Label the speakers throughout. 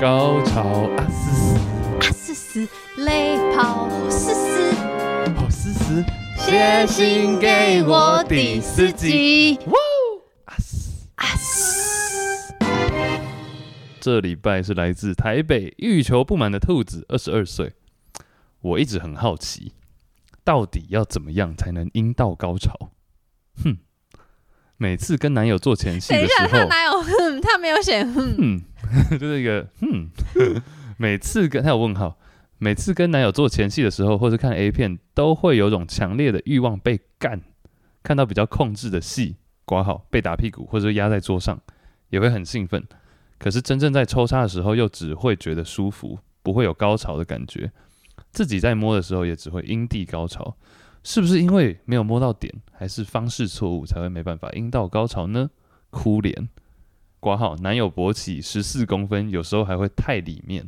Speaker 1: 高潮啊嘶嘶，
Speaker 2: 啊嘶嘶，泪跑好嘶嘶，
Speaker 1: 好嘶嘶，
Speaker 2: 写信给我第四集。
Speaker 1: 哇哦啊嘶！
Speaker 2: 啊嘶！
Speaker 1: 这礼拜是来自台北欲求不满的兔子，二十二岁。我一直很好奇，到底要怎么样才能阴道高潮？哼，每次跟男友做前戏
Speaker 2: 等一
Speaker 1: 的
Speaker 2: 下，
Speaker 1: 时
Speaker 2: 他
Speaker 1: 候，
Speaker 2: 哪有 哼？他没有写哼。
Speaker 1: 嗯， 就是一个嗯，每次跟他有问号，每次跟男友做前戏的时候，或是看 A 片，都会有种强烈的欲望被干，看到比较控制的戏，挂好被打屁股或者是压在桌上，也会很兴奋。可是真正在抽插的时候，又只会觉得舒服，不会有高潮的感觉。自己在摸的时候，也只会阴蒂高潮。是不是因为没有摸到点，还是方式错误，才会没办法阴道高潮呢？哭脸。挂号男友勃起十四公分，有时候还会太里面，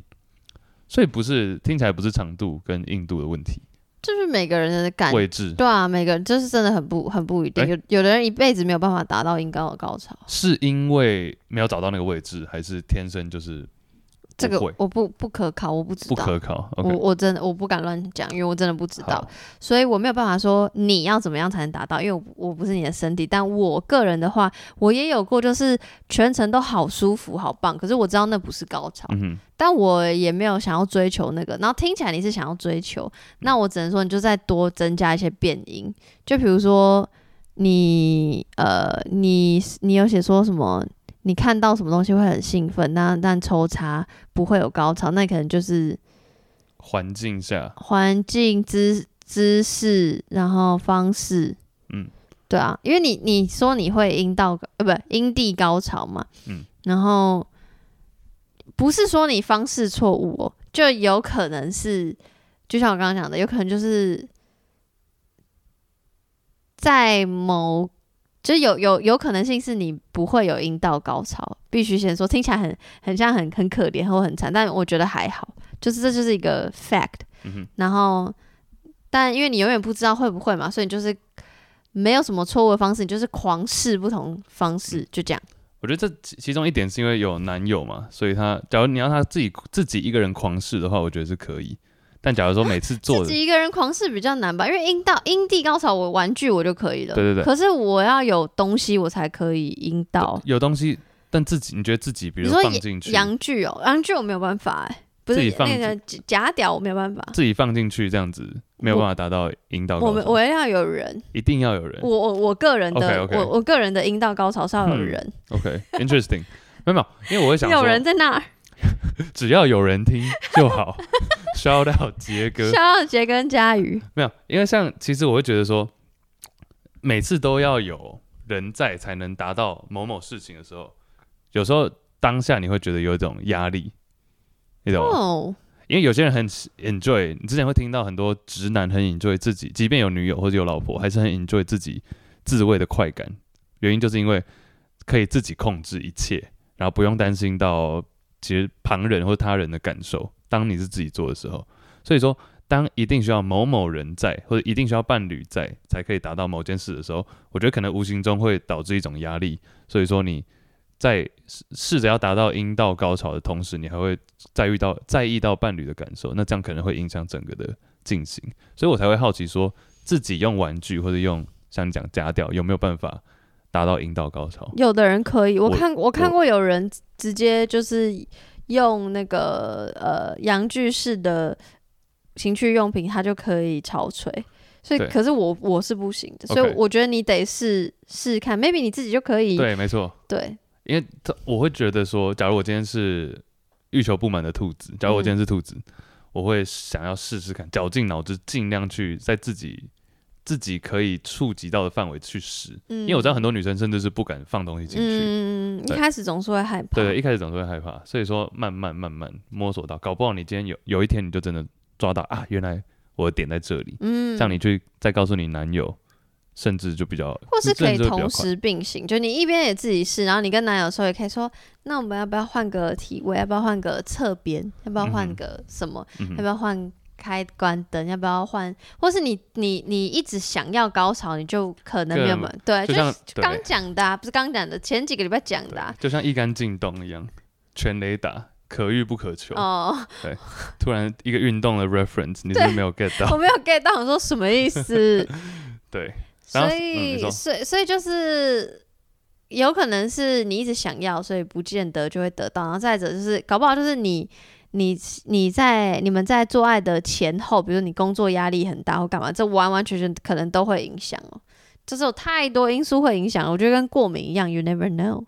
Speaker 1: 所以不是听起来不是长度跟硬度的问题，
Speaker 2: 就是每个人的感
Speaker 1: 位置
Speaker 2: 对啊，每个人就是真的很不很不一定。
Speaker 1: 哎
Speaker 2: 有有的人一辈子没有办法达到应该的高潮，
Speaker 1: 是因为没有找到那个位置，还是天生就是
Speaker 2: 这个
Speaker 1: 会
Speaker 2: 我不不可考，我不知
Speaker 1: 不
Speaker 2: 道。
Speaker 1: 可靠
Speaker 2: 我
Speaker 1: ？OK，
Speaker 2: 我真的我不敢乱讲，因为我真的不知道
Speaker 1: 好，
Speaker 2: 所以我没有办法说你要怎么样才能达到，因为我不我不是你的身体。但我个人的话，我也有过，就是全程都好舒服、好棒，可是我知道那不是高潮，
Speaker 1: 嗯
Speaker 2: 但我也没有想要追求那个。然后听起来你是想要追求，那我只能说你就再多增加一些变音，就比如说你呃，你你有写说什么？你看到什么东西会很兴奋，那但抽查不会有高潮，那你可能就是
Speaker 1: 哼，环境下，
Speaker 2: 环境、姿姿势，然后方式，
Speaker 1: 嗯，
Speaker 2: 对啊，因为你你说你会阴道呃不阴蒂高潮嘛，
Speaker 1: 嗯，
Speaker 2: 然后不是说你方式错误哦，就有可能是，就像我刚刚讲的，有可能就是在某。就有有有可能性是你不会有阴道高潮，必须先说，听起来很很像很很可怜或很惨，但我觉得还好，就是这就是一个 fact，
Speaker 1: 嗯哼，
Speaker 2: 然后，但因为你永远不知道会不会嘛，所以你就是没有什么错误的方式，你就是狂试不同方
Speaker 1: 嗯
Speaker 2: 式，就这样。
Speaker 1: 我觉得这其其中一点是因为有男友嘛，所以他假如你让他自己自己一个人狂试的话，我觉得是可以。但假如说每次做
Speaker 2: 自
Speaker 1: 的
Speaker 2: 己一个人狂试比较难吧，因为阴道阴蒂高潮我玩具我就可以了，
Speaker 1: 对对对
Speaker 2: 可是我要有东西我才可以阴道。
Speaker 1: 有东西，但自己你觉得自己，比如
Speaker 2: 哦你说
Speaker 1: 放进去，
Speaker 2: 阳具哦，阳具我没有办法哎、不
Speaker 1: 自
Speaker 2: 是
Speaker 1: 己放
Speaker 2: 那个假假屌我没有办法，
Speaker 1: 自己放进去这样子，没有
Speaker 2: 我
Speaker 1: 办法达到引导高
Speaker 2: 我
Speaker 1: 潮。
Speaker 2: 们我要有人，
Speaker 1: 一定要有人。
Speaker 2: 我我我个人的
Speaker 1: OK，OK
Speaker 2: 我我个人的阴道高潮是要有
Speaker 1: 嗯
Speaker 2: 人，
Speaker 1: OK，interesting、没有 没有，因为我会想
Speaker 2: 有人
Speaker 1: 说，
Speaker 2: 在那儿。
Speaker 1: 只要有人听就好。Shout out 杰哥，
Speaker 2: 肖耀杰跟佳瑜，
Speaker 1: 没有，因为像其实我会觉得说，每次都要有人在才能达到某某事情的时候，有时候当下你会觉得有一种压力，你懂吗？
Speaker 2: 哦，
Speaker 1: 因为有些人很 enjoy，你之前会听到很多直男很 enjoy 自己，即便有女友或者有老婆，还是很 enjoy 自己自慰的快感。原因就是因为可以自己控制一切，然后不用担心到其实旁人或他人的感受。当你是自己做的时候，所以说，当一定需要某某人在，或者一定需要伴侣在，才可以达到某件事的时候，我觉得可能无形中会导致一种压力。所以说，你在试试着要达到阴道高潮的同时，你还会在遇到在意到伴侣的感受，那这样可能会影响整个的进行。所以我才会好奇说，自己用玩具或者用像你讲假屌，有没有办法达到阴道高潮？
Speaker 2: 有的人可以，我
Speaker 1: 我
Speaker 2: 看我看过有人直接就是用那个呃阳具式的情趣用品，它就可以潮吹。所以
Speaker 1: 对，
Speaker 2: 可是我我是不行的
Speaker 1: OK
Speaker 2: 所以我觉得你得试试看，maybe 你自己就可以。
Speaker 1: 对，没错。
Speaker 2: 对
Speaker 1: 因为这我会觉得说，假如我今天是欲求不满的兔子，假如我
Speaker 2: 嗯
Speaker 1: 今天是兔子，我会想要试试看，绞尽脑汁，尽量去在自己自己可以触及到的范围去试。
Speaker 2: 嗯，
Speaker 1: 因为我知道很多女生甚至是不敢放东西进去，
Speaker 2: 嗯，一
Speaker 1: 对
Speaker 2: 开始总是会害怕。
Speaker 1: 对，一开始总是会害怕，所以说慢慢慢慢摸索到，搞不好你今天有有一天你就真的抓到啊，原来我的点在这里，
Speaker 2: 嗯，
Speaker 1: 这样你去再告诉你男友，甚至就比较，
Speaker 2: 或是可
Speaker 1: 甚
Speaker 2: 以
Speaker 1: 至会比较
Speaker 2: 同
Speaker 1: 快
Speaker 2: 时并行，就你一边也自己试，然后你跟男友的时候也可以说，那我们要不要换个体位？要不要换个侧边？要不要
Speaker 1: 嗯
Speaker 2: 换
Speaker 1: 哼
Speaker 2: 个什么？
Speaker 1: 嗯哼
Speaker 2: 要不要换开关灯？要不要换？或是你你你一直想要高潮，你就可能没有
Speaker 1: 更
Speaker 2: 办对，
Speaker 1: 就
Speaker 2: 就
Speaker 1: 像
Speaker 2: 是
Speaker 1: 对
Speaker 2: 刚讲的、啊，不是刚讲的，前几个礼拜讲的、啊。
Speaker 1: 就像一杆进洞一样，全雷打，可遇不可求。
Speaker 2: 哦，
Speaker 1: 突然一个运动的 reference，你是不是没有 get
Speaker 2: 我
Speaker 1: 到？
Speaker 2: 没有 get 到，我说什么意思？
Speaker 1: 对，然后
Speaker 2: 所
Speaker 1: 嗯你
Speaker 2: 以，
Speaker 1: 说
Speaker 2: 所以，所以就是有可能是你一直想要，所以不见得就会得到。然后再者就是，搞不好就是你。你你在你们在做爱的前后，比如你工作压力很大或干嘛，这完完全全可能都会影响哦。就是有太多因素会影响，我觉得跟过敏一样，you never know。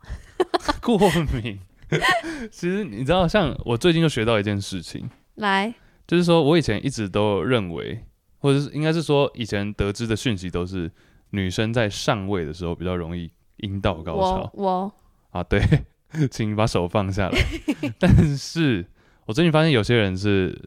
Speaker 1: 过敏。 其实你知道，像我最近就学到一件事情，
Speaker 2: 来，
Speaker 1: 就是说我以前一直都认为，或者是应该是说以前得知的讯息都是女生在上位的时候比较容易阴道高
Speaker 2: 我
Speaker 1: 潮
Speaker 2: 我
Speaker 1: 啊，对， 请把手放下来。 但是我最近发现有些人是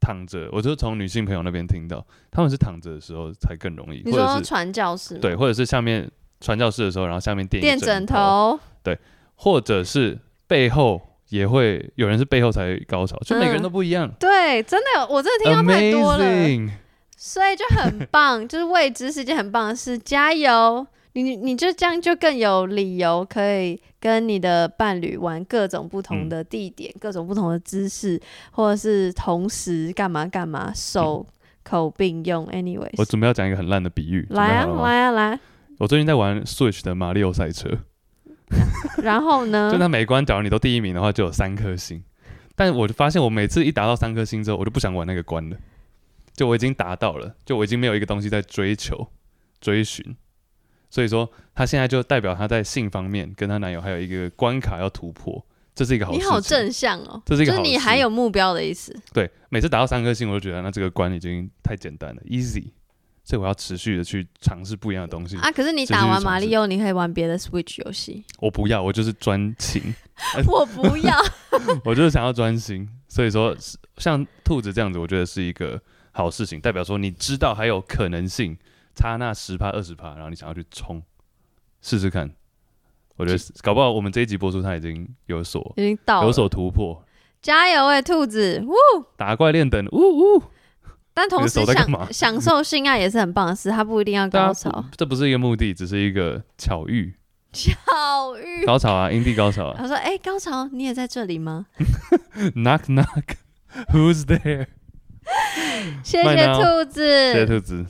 Speaker 1: 躺着，我就是从女性朋友那边听到，他们是躺着的时候才更容易，
Speaker 2: 你
Speaker 1: 或者
Speaker 2: 说
Speaker 1: 是
Speaker 2: 传教士吗
Speaker 1: 对，或者是下面传教士的时候，然后下面垫
Speaker 2: 垫
Speaker 1: 一
Speaker 2: 枕
Speaker 1: 头，
Speaker 2: 头，
Speaker 1: 或者是背后也会有人是背后才高潮，就每个人
Speaker 2: 嗯
Speaker 1: 都不一样。
Speaker 2: 对，真的有我真的听到太多了。
Speaker 1: Amazing，
Speaker 2: 所以就很 棒，就是未知是一件很棒的事，加油！你你你就这样就更有理由可以跟你的伴侣玩各种不
Speaker 1: 嗯
Speaker 2: 同的地点、各种不同的姿势，或者是同时干嘛干嘛，手、口并用。
Speaker 1: 嗯我
Speaker 2: Anyways，
Speaker 1: 准备要讲一个很烂的比喻，
Speaker 2: 来啊
Speaker 1: 准备好了吗
Speaker 2: 来啊来，
Speaker 1: 我最近在玩 Switch 的马里奥赛车，
Speaker 2: 然后
Speaker 1: 就
Speaker 2: 呢？
Speaker 1: 它每关，假如你都第一名的话，就有三颗星。但我就发现，我每次一达到三颗星之后，我就不想玩那个关了。就我已经达到了，就我已经没有一个东西在追求、追寻。所以说，她现在就代表她在性方面跟她男友还有一个关卡要突破，这是一个好事
Speaker 2: 你
Speaker 1: 情。
Speaker 2: 好正向哦，
Speaker 1: 这是一个
Speaker 2: 就是
Speaker 1: 好
Speaker 2: 你
Speaker 1: 事
Speaker 2: 还有目标的意思。
Speaker 1: 对，每次达到三颗星，我就觉得那这个关已经太简单了，easy。所以我要持续的去尝试不一样的东西。
Speaker 2: 啊！可是你
Speaker 1: 这就
Speaker 2: 打
Speaker 1: 是
Speaker 2: 完
Speaker 1: 尝
Speaker 2: 马
Speaker 1: 试
Speaker 2: 里奥，你可以玩别的 Switch 游戏。
Speaker 1: 我不要，我就是专情。
Speaker 2: 我不要，
Speaker 1: 我就是想要专心，所以说是像兔子这样子，我觉得是一个好事情，代表说你知道还有可能性，差那十趴二十趴，然后你想要去冲，试试看。我觉得是搞不好我们这一集播出，它已经有所
Speaker 2: 已经到
Speaker 1: 有
Speaker 2: 了。
Speaker 1: 所突破，
Speaker 2: 加油哎、兔子！呜
Speaker 1: 打怪练等，呜呜，
Speaker 2: 但同时
Speaker 1: 你的手在干嘛啊
Speaker 2: 享 享受性爱也是很棒的事，它不一定要
Speaker 1: 大
Speaker 2: 高
Speaker 1: 家不
Speaker 2: 潮。
Speaker 1: 这不是一个目的，只是一个巧遇，
Speaker 2: 巧遇。
Speaker 1: 高潮啊，阴蒂高 潮啊
Speaker 2: 他说：“哎、高潮，你也在这里吗嗯
Speaker 1: ，knock knock，who's there？？”
Speaker 2: 谢
Speaker 1: 麦
Speaker 2: 谢
Speaker 1: 当
Speaker 2: 兔
Speaker 1: 谢谢兔
Speaker 2: 子，
Speaker 1: 子，